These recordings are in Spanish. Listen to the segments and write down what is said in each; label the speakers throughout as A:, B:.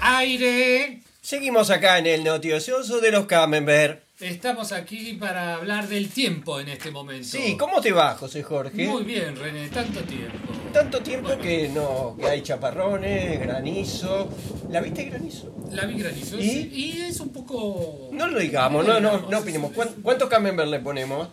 A: aire.
B: Seguimos acá en el noticioso de los Camembert.
A: Estamos aquí para hablar del tiempo en este momento.
B: Sí, ¿cómo te va, José Jorge?
A: Muy bien, René, tanto tiempo.
B: Tanto tiempo que no que hay chaparrones, granizo. ¿La viste granizo?
A: La vi granizo.
B: ¿Y?
A: sí, y es un poco.
B: No lo digamos, no, no, no opinemos. ¿Cuán- ¿Cuántos Camembert le ponemos?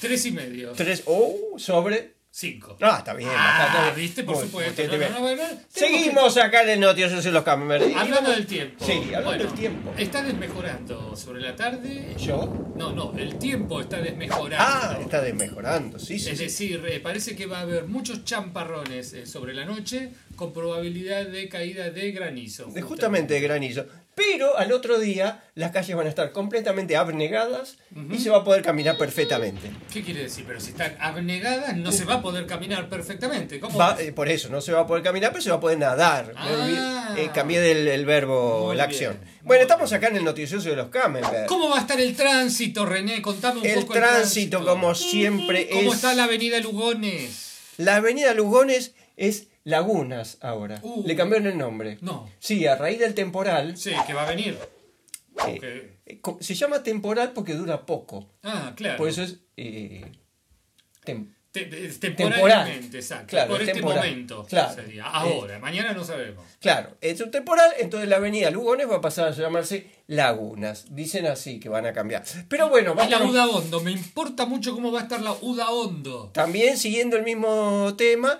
A: Tres y medio.
B: Tres, oh, sobre.
A: Cinco.
B: Ah, está bien. bastante
A: Ah,
B: bien.
A: viste, por
B: Muy-
A: supuesto.
B: bastante
A: No, no,
B: bien.
A: no, bueno, tenemos que-
B: Seguimos acá en el noticioso de los Camembert. Y
A: Hablando
B: vamos-
A: del tiempo. Eh,
B: Sí, hablando del tiempo.
A: Está desmejorando sobre la tarde.
B: Yo.
A: No, no, el tiempo está desmejorando.
B: Ah, está desmejorando, sí, sí.
A: Es
B: sí.
A: decir, eh, parece que va a haber muchos champarrones eh, sobre la noche con probabilidad de caída de granizo.
B: de Eh, justamente de granizo. Pero al otro día las calles van a estar completamente abnegadas y se va a poder caminar perfectamente.
A: ¿Qué quiere decir? Pero si están abnegadas no se va a poder caminar perfectamente. Ah, ¿Cómo?
B: Uh. Va- eh, por eso, no se va a poder caminar, pero se va a poder nadar.
A: Ah.
B: Me olvidé- eh, cambié el, el verbo,
A: Muy
B: la
A: bien,
B: acción.
A: muy
B: Bueno, estamos acá en el noticioso de los Camembert.
A: ¿Cómo va a estar el tránsito, René? Contame un
B: El
A: poco
B: tránsito, como siempre,
A: ¿Cómo
B: es...
A: está la avenida Lugones?
B: La avenida Lugones es Lagunas ahora.
A: Uh.
B: Le cambiaron el nombre.
A: No.
B: Sí, a raíz del temporal.
A: Sí, que va a venir.
B: eh,
A: Ok.
B: eh, co- se llama temporal porque dura poco.
A: Ah, claro.
B: Por eso es... eh, tem-
A: Te- te-
B: Temporal.
A: temporalmente, exacto.
B: Claro,
A: Por este
B: temporal.
A: momento
B: Claro. Eh.
A: sería. Ahora, mañana no sabemos.
B: Claro, es un temporal, entonces la avenida Lugones va a pasar a llamarse Lagunas. Dicen así que van a cambiar. Pero bueno, va a
A: Y la
B: estar-
A: Uda Hondo, me importa mucho cómo va a estar la Uda Hondo.
B: también siguiendo el mismo tema,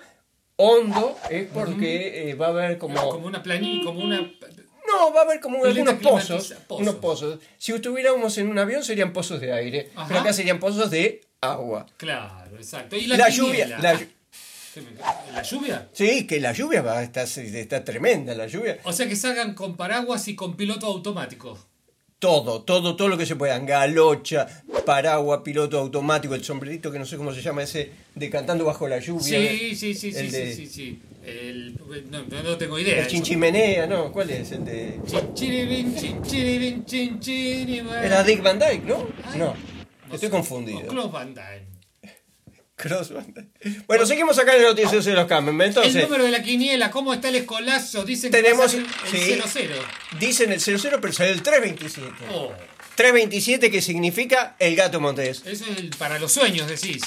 B: hondo, es porque eh, va a haber como...
A: Como una planilla, como una.
B: No, va a haber como
A: Pileta
B: algunos pozos,
A: climatiza- pozos.
B: unos pozos. Si estuviéramos en un avión serían pozos de aire,
A: Ajá.
B: pero acá serían pozos de agua.
A: Claro, exacto. Y la,
B: La, lluvia,
A: quiniela.
B: la llu-
A: ¿Qué me- ¿La lluvia?
B: sí, que la lluvia va a estar, está tremenda, la lluvia.
A: O sea que salgan con paraguas y con piloto automático.
B: Todo, todo, todo lo que se puedan. Galocha, paraguas, piloto automático, el sombrerito que no sé cómo se llama ese, de cantando bajo la lluvia.
A: Sí, sí, sí, sí,
B: el de-
A: sí, sí, sí. El- no, no- no tengo idea.
B: El chinchimenea, ¿no? ¿Cuál es? El de...
A: Chin, chiribin, chin, chiribin, chin, chiribin.
B: Era Dick Van Dyke, ¿no?
A: Ay,
B: No,
A: No sé.
B: estoy confundido.
A: O Claude Van Damme.
B: Cross Van Dyke. Bueno, seguimos acá en los noticias de los Camem. Entonces,
A: el número de la quiniela, ¿cómo está el escolazo? Dicen
B: Tenemos-
A: que va a salir
B: sí.
A: el 0-0.
B: Dicen el 00, pero salió el 327.
A: Oh,
B: 327 que significa el gato montés.
A: eso es el- para los sueños, decís.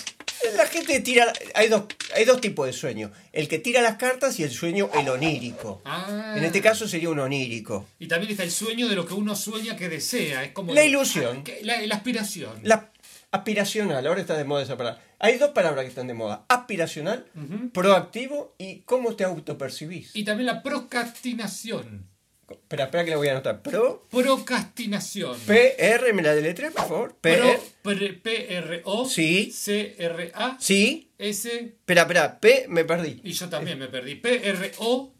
B: La gente tira, hay dos, hay dos tipos de sueño. El que tira las cartas y el sueño el onírico.
A: Ah.
B: En este caso sería un onírico.
A: Y también está el sueño de lo que uno sueña que desea. Es como
B: La ilusión.
A: Que- La, la aspiración.
B: La aspiracional, ahora está de moda esa palabra. Hay dos palabras que están de moda. Aspiracional, proactivo y cómo te autopercibís.
A: Y también la procrastinación.
B: Espera, espera que la voy a anotar. Pro,
A: Procrastinación.
B: PR, me la deletrea, por favor. P, E.
A: Pro- pre- P-R-O.
B: Sí.
A: C-R-A.
B: Sí.
A: S.
B: Espera, espera, P, me perdí.
A: Y yo también me perdí. P-R-O.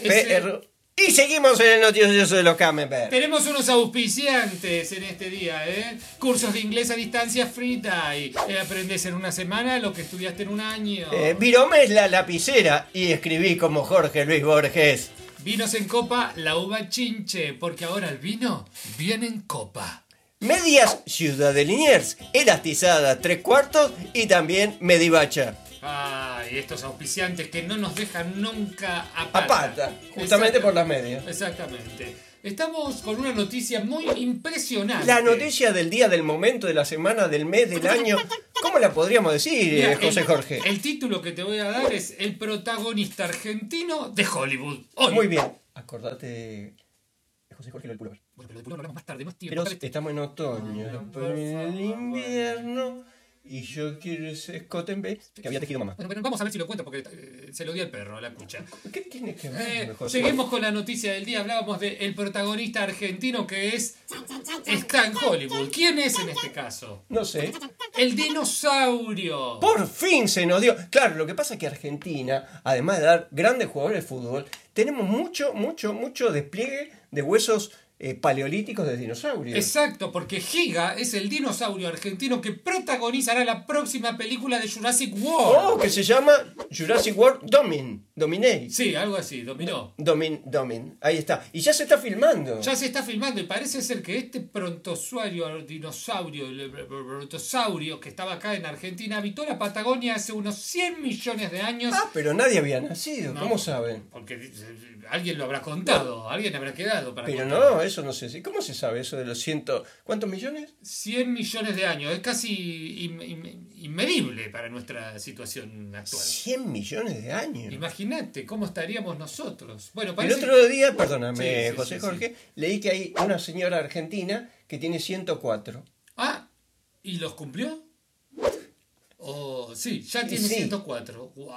A: S-
B: PR. Y seguimos en el noticioso de los Camembert.
A: Tenemos unos auspiciantes en este día, ¿eh? Cursos de inglés a distancia free die. Eh, aprendes en una semana lo que estudiaste en un año.
B: Eh, Virome es la lapicera y escribí como Jorge Luis Borges.
A: Vinos en copa, la uva chinche, porque ahora el vino viene en copa.
B: Medias Ciudad de Liniers, elastizada tres cuartos y también medivacha.
A: Ay, estos auspiciantes que no nos dejan nunca a pata.
B: A pata, justamente
A: Exacta-
B: por las medias.
A: Exactamente. Estamos con una noticia muy impresionante.
B: La noticia del día, del momento, de la semana, del mes, del año. ¿Cómo la podríamos decir,
A: Mira,
B: eh, José
A: el-
B: Jorge?
A: El título que te voy a dar es El protagonista argentino de Hollywood. Hoy.
B: Muy bien. Acordate de José Jorge lo del pullover.
A: Bueno, pero lo- lo hablamos más tarde, más tiempo.
B: Pero estamos en otoño, pero en el invierno y yo quiero ese escote en vez que había tejido mamá.
A: Bueno, bueno, vamos a ver si lo cuento porque eh, se lo di al perro, a la cucha.
B: ¿Qué tiene que
A: Eh,
B: ver, José?
A: seguimos con la noticia del día. Hablábamos del protagonista argentino que es. Está en Hollywood. ¿Quién es en este caso?
B: No sé.
A: El dinosaurio.
B: Por fin se nos dio. Claro, lo que pasa es que Argentina, además de dar grandes jugadores de fútbol, tenemos mucho, mucho, mucho despliegue de huesos eh, paleolíticos de dinosaurios.
A: Exacto, porque Giga es el dinosaurio argentino que protagonizará la próxima película de Jurassic World.
B: Oh, que se llama Jurassic World Domin. Dominé.
A: Sí, algo así, dominó.
B: Domin, Domin. Ahí está. Y ya se está filmando.
A: Ya se está filmando y parece ser que este prontosuario, dinosaurio, el br- br- brontosaurio que estaba acá en Argentina habitó la Patagonia hace unos 100 millones de años.
B: Ah, pero nadie había nacido. ¿Cómo saben?
A: Porque eh, alguien lo habrá contado, alguien habrá quedado para
B: Pero
A: contar.
B: no, eso no sé. si- ¿Cómo se sabe eso de los ciento... ¿Cuántos millones?
A: 100 millones de años, es casi in- in- inmedible para nuestra situación actual.
B: 100 millones de años.
A: Imagínate cómo estaríamos nosotros. Bueno,
B: El
A: parece
B: otro día, perdóname,
A: Sí, sí,
B: José
A: sí,
B: Jorge, leí que hay una señora argentina que tiene 104.
A: Ah, ¿y los cumplió? Oh, sí, ya tiene
B: sí.
A: 104. Wow.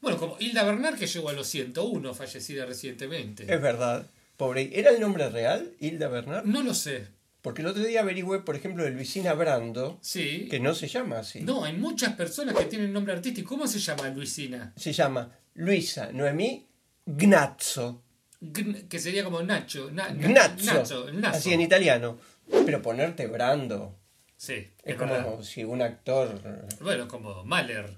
A: Bueno, como Hilda Bernard que llegó a los 101, fallecida recientemente.
B: Es verdad. Pobre. ¿Era el nombre real, Hilda Bernard?
A: No lo sé.
B: Porque el otro día averigüé, por ejemplo, de Luisina Brando,
A: Sí.
B: que no se llama así.
A: No, hay muchas personas que tienen nombre artístico. ¿Cómo se llama Luisina?
B: Se llama Luisa Noemí Gnazzo.
A: Gn- que sería como Nacho. Na- na-
B: Gnazzo.
A: Nacho. Nazo.
B: Así en italiano. Pero ponerte Brando
A: Sí, es,
B: es, como
A: verdad.
B: si un actor.
A: Bueno, como Mahler.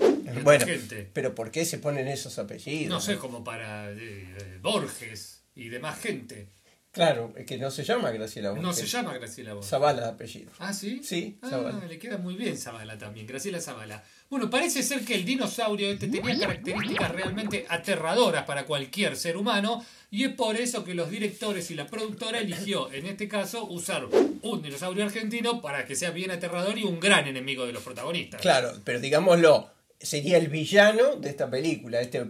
A: otra
B: Bueno,
A: gente.
B: pero ¿por qué se ponen esos apellidos?
A: No sé, como para eh, eh, Borges y demás gente.
B: Claro, es que no se llama Graciela Borges.
A: No se llama Graciela Borges.
B: Zavala de apellido.
A: ¿Ah, sí?
B: Sí,
A: Ah,
B: Zavala.
A: le queda muy bien Zavala también, Graciela Zavala. Bueno, parece ser que el dinosaurio este tenía características realmente aterradoras para cualquier ser humano y es por eso que los directores y la productora eligió, en este caso, usar un dinosaurio argentino para que sea bien aterrador y un gran enemigo de los protagonistas.
B: Claro, pero digámoslo, sería el villano de esta película, este,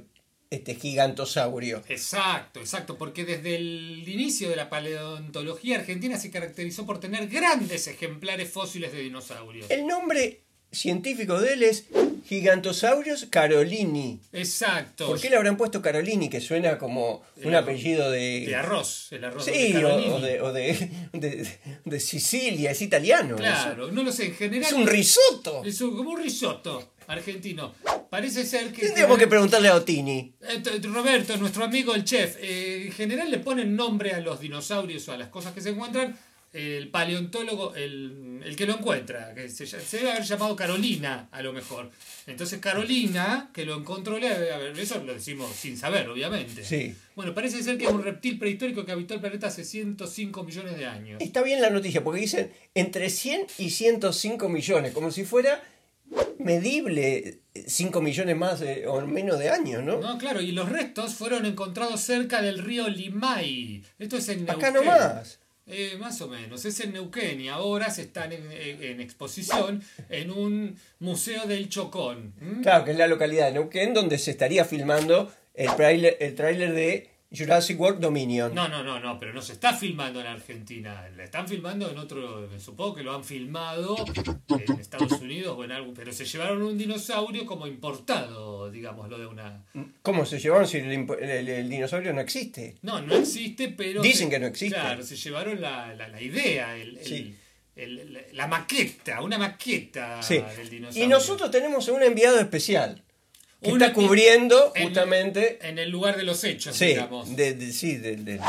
B: este gigantosaurio.
A: Exacto, exacto, porque desde el inicio de la paleontología argentina se caracterizó por tener grandes ejemplares fósiles de dinosaurios.
B: El nombre científico de él es Gigantosaurus carolini.
A: Exacto.
B: ¿Por qué le habrán puesto Carolini? Que suena como un
A: Eh,
B: apellido
A: De
B: de...
A: arroz, el arroz
B: Sí,
A: de
B: o,
A: Carolini.
B: o de, o de- de- de Sicilia, es italiano. eso.
A: Claro, no lo sé, en general.
B: Es un risotto.
A: es un- como un risotto argentino. Parece ser que.
B: Tendríamos que preguntarle a Otini.
A: Eh, t- t- Roberto, nuestro amigo el chef, eh, en general le ponen nombre a los dinosaurios o a las cosas que se encuentran. El paleontólogo, el, el que lo encuentra, que se, ll- se debe haber llamado Carolina a lo mejor. Entonces Carolina, que lo encontró, le debe haber- eso lo decimos sin saber, obviamente.
B: Sí.
A: Bueno, parece ser que es un reptil prehistórico que habitó el planeta hace 105 millones de años.
B: Está bien la noticia, porque dicen entre 100 y 105 millones, como si fuera medible 5 millones más eh, o menos de años, ¿no?
A: No, claro, y los restos fueron encontrados cerca del río Limay. Esto es en Neuquén.
B: Acá nomás.
A: Eh, más o menos, es en Neuquén y ahora se están en, en- en exposición en un museo del Chocón. ¿Mm? ¿m?
B: Claro, que es la localidad de Neuquén donde se estaría filmando el tráiler el tráiler de Jurassic World Dominion.
A: No, no, no, no, pero no se está filmando en Argentina, la están filmando en otro, supongo que lo han filmado en Estados Unidos o en algo, pero se llevaron un dinosaurio como importado, digámoslo, de una...
B: ¿Cómo se llevaron si el, impo- el- el dinosaurio no existe?
A: No, no existe, pero...
B: Dicen que no existe.
A: Claro, se llevaron la, la- la idea, el- el-
B: Sí.
A: el- la, la maqueta, una maqueta
B: Sí.
A: del Ah, dinosaurio.
B: Y nosotros tenemos un enviado especial que
A: Una
B: está
A: que-
B: cubriendo
A: en-
B: justamente
A: En el lugar de los hechos,
B: sí,
A: digamos.
B: de, de- sí, de- de-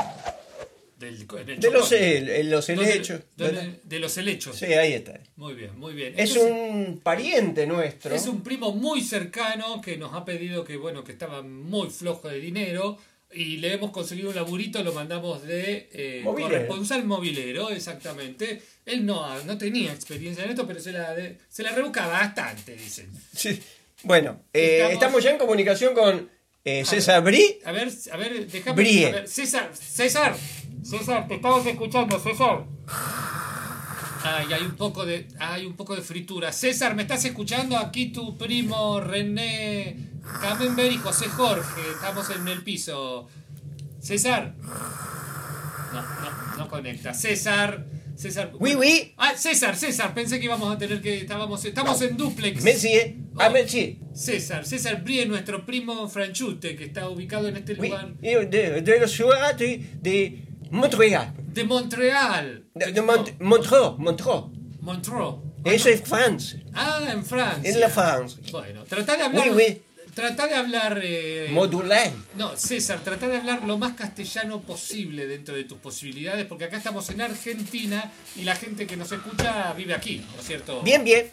A: Del- en el
B: de los,
A: Chocón.
B: el- el- los
A: Donde-
B: helechos.
A: donde-
B: ¿verdad?
A: de los helechos.
B: Sí, ahí está.
A: Muy bien, muy bien.
B: Es
A: Entonces,
B: un pariente nuestro.
A: es un primo muy cercano que nos ha pedido que, bueno, que estaba muy flojo de dinero y le hemos conseguido un laburito, lo mandamos de eh,
B: Movilero.
A: corresponsal movilero, exactamente. Él no, ha- no tenía experiencia en esto, pero se la, de- se la rebuscaba bastante, dicen.
B: Sí. Bueno, eh,
A: Estamos-
B: estamos... ya en comunicación con eh, César Bri.
A: A ver, a ver, déjame.
B: Brie.
A: a ver, César, César, César, te estamos escuchando, César. Ay, hay un poco de. Hay un poco de fritura. César, ¿me estás escuchando? Aquí tu primo René Camembert y José Jorge. Estamos en el piso. César. No, no, no conecta. César. César.
B: Oui, oui.
A: Ah, César, César, pensé que íbamos a tener que. Estábamos, estamos en duplex.
B: Messi, ¿eh? Ah, Messi.
A: César, César Brie, nuestro primo Franchute, que está ubicado en este
B: Oui.
A: lugar
B: Eh, De, de la ciudad de, de Montreal.
A: de Montreal. Oh,
B: De, de Mont- Montreux, Montreux.
A: Montreux.
B: Eso es France.
A: Ah, en Francia.
B: Es la France.
A: Bueno, tratá de hablar.
B: Oui, oui.
A: Trata de hablar. eh,
B: Modular.
A: no, César, trata de hablar lo más castellano posible dentro de tus posibilidades, porque acá estamos en Argentina y la gente que nos escucha vive aquí, ¿no es cierto?
B: Bien, bien.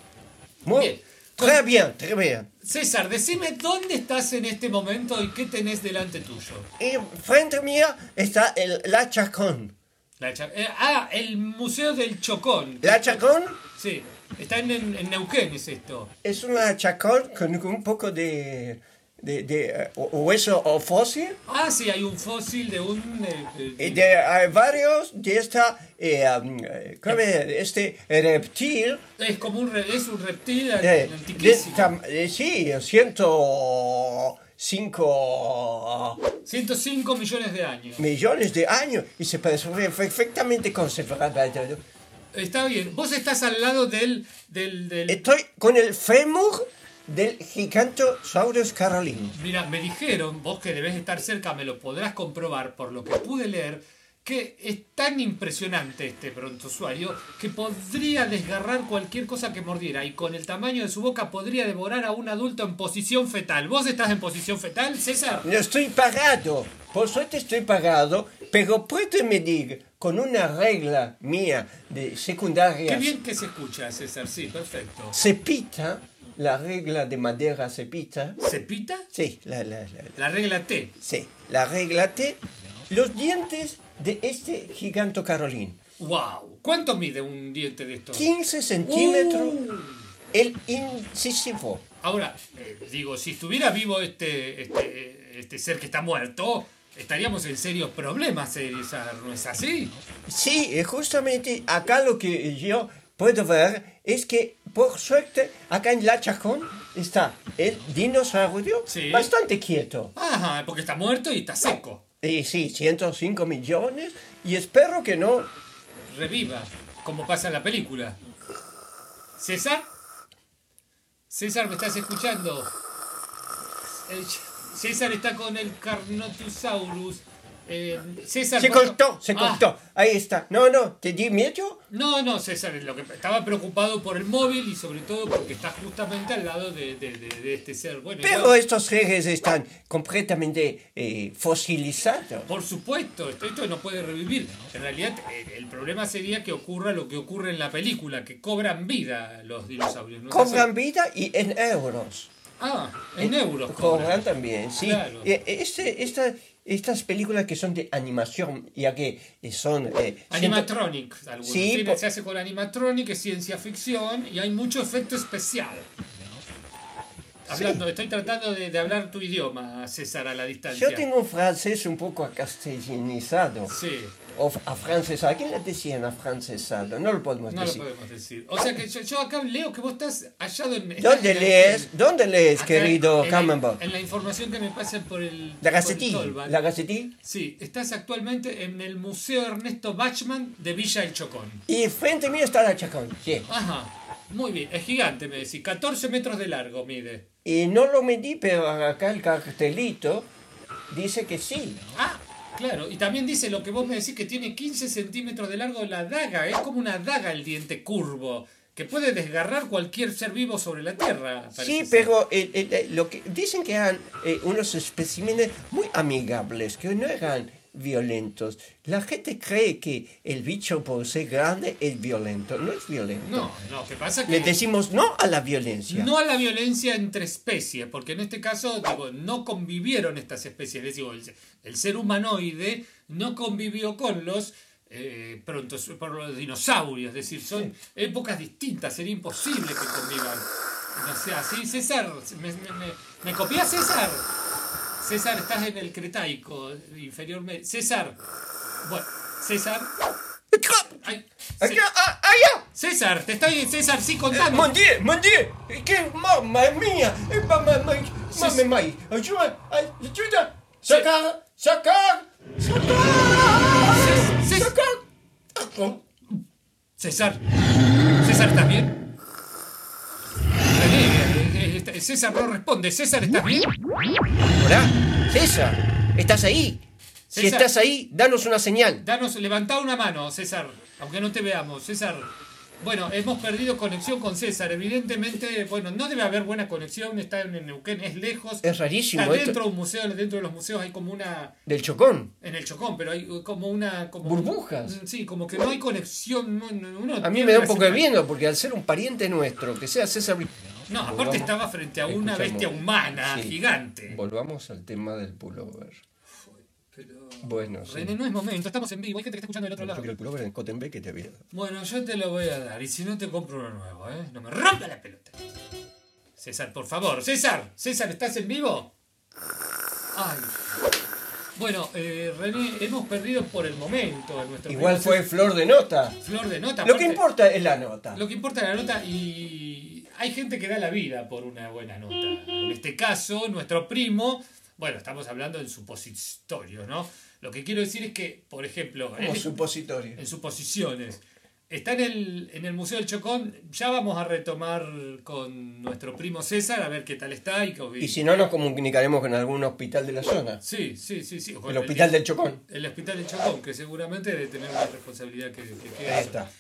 B: Muy
A: Bien.
B: bien. Très bien, très bien.
A: César, decime dónde estás en este momento y qué tenés delante tuyo.
B: Y frente mía está el La Chacón.
A: La cha- eh, ah, el Museo del Chocón.
B: La Chacón
A: Sí, está en, en- en Neuquén, es esto.
B: es una chacón con un poco de, de, de, eh, hueso o fósil.
A: Ah, sí, hay un fósil de un... eh, eh,
B: Y de, hay varios de esta, eh, um, eh, ¿cómo es? este reptil.
A: es como un, re- es un reptil
B: eh, de
A: antiquísimo.
B: tam- eh, sí, 105
A: 105 millones de años.
B: ah, millones de años y se preserva perfectamente conservado.
A: Está bien. Vos estás al lado del... del, del...
B: Estoy con el fémur del gigantosaurus carolino.
A: Mira, me dijeron, vos que debes estar cerca, me lo podrás comprobar por lo que pude leer, que es tan impresionante este prontosuario que podría desgarrar cualquier cosa que mordiera y con el tamaño de su boca podría devorar a un adulto en posición fetal. ¿Vos estás en posición fetal, César?
B: No estoy pagado, por suerte estoy pagado, pero puedo medir con una regla mía de
A: Qué
B: secundaria.
A: bien que se escucha, César. Sí, perfecto.
B: Cepita, la regla de madera cepita.
A: ¿Cepita?
B: Sí, la, la, la,
A: La regla T.
B: sí, la regla T. Los dientes de este giganto carolín.
A: ¡Wow! ¿Cuánto mide un diente de estos?
B: 15 centímetros
A: Uh.
B: el incisivo.
A: Ahora, eh, digo, si estuviera vivo este, este, este ser que está muerto, estaríamos en serios problemas, César, ¿no es así?
B: Sí, eh, justamente acá lo que yo puedo ver es que, por suerte, acá en La Chacón está el dinosaurio
A: Sí.
B: bastante quieto.
A: Ajá, porque está muerto y está seco.
B: Y sí, 105 millones y espero que no.
A: Reviva, como pasa en la película. ¿César? César, ¿me estás escuchando? Eh, César está con el Carnotusaurus. Eh, César...
B: Se
A: ¿cuánto-
B: cortó, se
A: Ah,
B: cortó. Ahí está. No, no, ¿te di miedo?
A: No, no, César, lo que estaba preocupado por el móvil y sobre todo porque está justamente al lado de, de- de- de este ser. Bueno,
B: Pero estos reyes están completamente eh, fosilizados.
A: Por supuesto, esto, esto no puede revivir. En realidad, el, el problema sería que ocurra lo que ocurre en la película, que cobran vida los dinosaurios. ¿no es
B: Cobran vida y en euros.
A: así? Ah, en euros
B: Cobran
A: cobran.
B: también, sí.
A: Claro.
B: Eh, este- esta- estas películas que son de animación, ya que son... eh, ciento-
A: Animatronic, algunos.
B: Sí,
A: Tiene-
B: po-
A: se hace con animatronic, es ciencia ficción y hay mucho efecto especial. Hablando, estoy tratando de, de hablar tu idioma, César, a la distancia.
B: Yo tengo un francés un poco acastellanizado.
A: Sí.
B: O a francesa. ¿A quién le decían a francesado? No lo podemos
A: No lo
B: decir.
A: podemos decir. O sea que yo, yo acá leo que vos estás hallado en.
B: ¿Dónde
A: en- en-
B: lees? ¿Dónde lees,
A: acá
B: querido
A: en la-
B: Camembert?
A: En la información que me pasan por el.
B: La
A: por el
B: Gacetilla.
A: Tolban.
B: La Gacetilla.
A: Sí, estás actualmente en el Museo Ernesto Bachman de Villa El Chocón.
B: Y frente mío está la Chacón. sí.
A: Ajá, muy bien, es gigante, me decís. 14 metros de largo, mide.
B: Y no lo medí, pero acá el cartelito dice que sí.
A: Ah, claro, y también dice lo que vos me decís que tiene 15 centímetros de largo la daga. Es como una daga el diente curvo, que puede desgarrar cualquier ser vivo sobre la tierra.
B: Sí,
A: parece ser.
B: pero eh, eh, eh, lo que dicen que eran eh, unos especímenes muy amigables, que no eran violentos. La gente cree que el bicho por ser grande es violento. No es violento.
A: No, no, ¿qué pasa? Que
B: Le decimos no a la violencia.
A: No a la violencia entre especies, porque en este caso digo, no convivieron estas especies. Les digo, el, el ser humanoide no convivió con los, eh, prontos, por los dinosaurios. Es decir, son épocas distintas, sería imposible que convivan. No sé, así, César, ¿me, me, me- ¿me copias, César? César, estás en el Cretaico, inferior. me- César, bueno, César. ay,
B: Acá,
A: Ce-
B: ah, allá.
A: César, te estoy, César, sí, contame.
B: Mon Dieu, mon Dieu, que mamma mía, eh, mamma mía, mamma mía, ayuda, ay, ayuda, sacar, sacar, sacar,
A: Sí, sí.
B: sacar. Ah, oh.
A: César. César, ¿estás bien? René, eh, eh, está- César no responde. César, ¿estás bien?
B: Hola, César, ¿estás ahí? Si
A: César.
B: estás ahí, danos una señal.
A: Danos, levantá una mano, César. Aunque no te veamos, César. Bueno, hemos perdido conexión con César. Evidentemente, bueno, no debe haber buena conexión. Está en Neuquén, es lejos.
B: Es rarísimo
A: Está
B: esto.
A: dentro de un museo, dentro de los museos hay como una.
B: Del chocón.
A: En el Chocón, pero hay como una. Como,
B: Burbujas.
A: Sí, como que no hay conexión. no- no- uno
B: A mí
A: pierde
B: me da
A: la
B: un poco de
A: señal.
B: miedo, porque al ser un pariente nuestro, que sea César... Bri-
A: No, aparte
B: Volvamos-
A: estaba frente a una
B: Escuchamos.
A: bestia humana,
B: Sí.
A: gigante.
B: Volvamos al tema del pullover.
A: Pero,
B: Bueno, sí.
A: René, no es momento, estamos en vivo. Hay gente que está escuchando del otro
B: Yo
A: lado.
B: quiero el pullover en Cotenbe que te había dado.
A: Bueno, yo te lo voy a dar. Y si no, te compro uno nuevo, ¿eh? No me rompa la pelota. César, por favor. César, César, ¿estás en vivo? Ay. Bueno, eh, René, hemos perdido por el momento a nuestro
B: Igual
A: primer
B: fue flor de nota.
A: flor de nota.
B: Lo
A: aparte-
B: que importa es la nota.
A: Lo que importa es la nota y hay gente que da la vida por una buena nota. En este caso, nuestro primo, bueno, estamos hablando en supositorios, ¿no? Lo que quiero decir es que, por ejemplo, este
B: Como
A: él-
B: supositorio.
A: en suposiciones, está en el, en el Museo del Chocón, ya vamos a retomar con nuestro primo César a ver qué tal está y, co-
B: Y si no, nos comunicaremos con algún hospital de la zona.
A: Sí, sí, sí, sí. o con
B: El hospital del Chocón.
A: el hospital del Chocón, que seguramente debe tener una responsabilidad que, que quede.
B: Ahí está.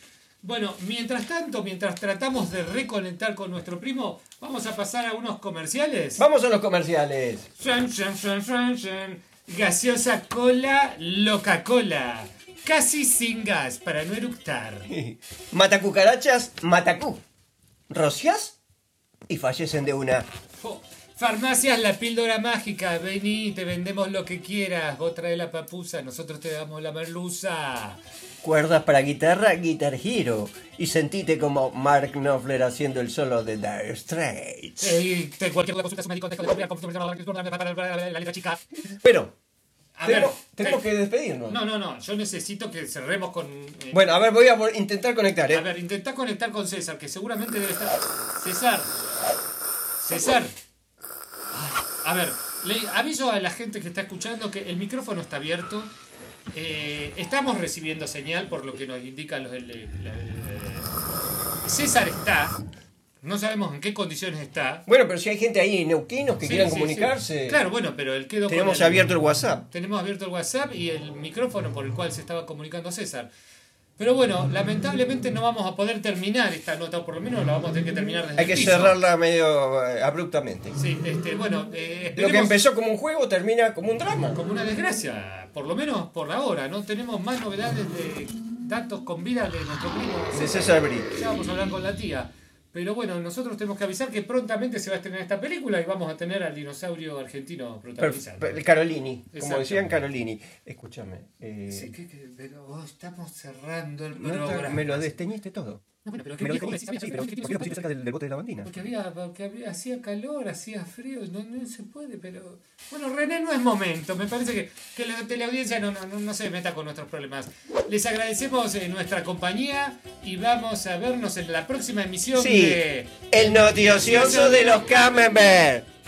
A: Bueno, mientras tanto, mientras tratamos de reconectar con nuestro primo, vamos a pasar a unos comerciales.
B: Vamos a los comerciales.
A: Shan, shan, shan, shan, shan. Gaseosa cola, loca cola. Casi sin gas para no eructar.
B: Mata cucarachas, matacú. Rocias y fallecen de una.
A: Jo. Farmacias La Píldora Mágica. Vení, te vendemos lo que quieras. Vos trae la papusa, nosotros te damos la merluza.
B: Cuerdas para guitarra, Guitar Hero. Y sentite como Mark Knopfler haciendo el solo de Dire Straits.
A: Ey, te- cualquier duda, consulta, su médico, deja de copiar, la letra chica.
B: Pero,
A: A ver,
B: tenemos, tenemos
A: eh,
B: que despedirnos.
A: No, no, no. Yo necesito que cerremos con. eh,
B: Bueno, a ver, voy a vol- intentar conectar, ¿eh?
A: A ver, intentá conectar con César, que seguramente debe estar. César. César. A ver, le aviso a la gente que está escuchando que el micrófono está abierto. Eh, estamos recibiendo señal, por lo que nos indican los. el- el- el- César está. No sabemos en qué condiciones está.
B: Bueno, pero si hay gente ahí, neuquinos, que
A: Sí,
B: quieran
A: sí, sí.
B: comunicarse.
A: Claro, bueno, pero él quedó con
B: Tenemos
A: el-
B: abierto el WhatsApp.
A: Tenemos abierto el WhatsApp y el micrófono por el cual se estaba comunicando César. Pero bueno, lamentablemente no vamos a poder terminar esta nota, o por lo menos la vamos a tener que terminar desde
B: Hay
A: el
B: que
A: piso.
B: cerrarla medio eh, abruptamente.
A: Sí, este, bueno, eh,
B: Lo que
A: esperemos
B: empezó como un juego termina como un drama.
A: como una desgracia, por lo menos por ahora, ¿no? Tenemos más novedades de datos con vida de nuestro primo
B: De
A: César.
B: César Brito.
A: Ya vamos a hablar con la tía. Pero bueno, nosotros tenemos que avisar que prontamente se va a estrenar esta película y vamos a tener al dinosaurio argentino
B: Per-
A: protagonizando.
B: per- Carolini, como
A: Exacto.
B: decían Carolini. Escúchame. eh,
A: Sí, que- que- pero oh, estamos cerrando el
B: no te-
A: programa.
B: me lo desteñiste todo.
A: No, bueno, pero que
B: Me lo
A: dijo,
B: desteñiste,
A: sí, pero
B: sí, pero
A: que
B: ¿por qué lo pusiste cerca del, del bote de la bandina?
A: Porque había, porque había- hacía calor, hacía frío, no, no se puede, pero... Bueno, René, no es momento. Me parece que, que la teleaudiencia no, no, no, no se meta con nuestros problemas. Les agradecemos eh, nuestra compañía y vamos a vernos en la próxima emisión
B: Sí,
A: de...
B: el noticioso de los Camembert.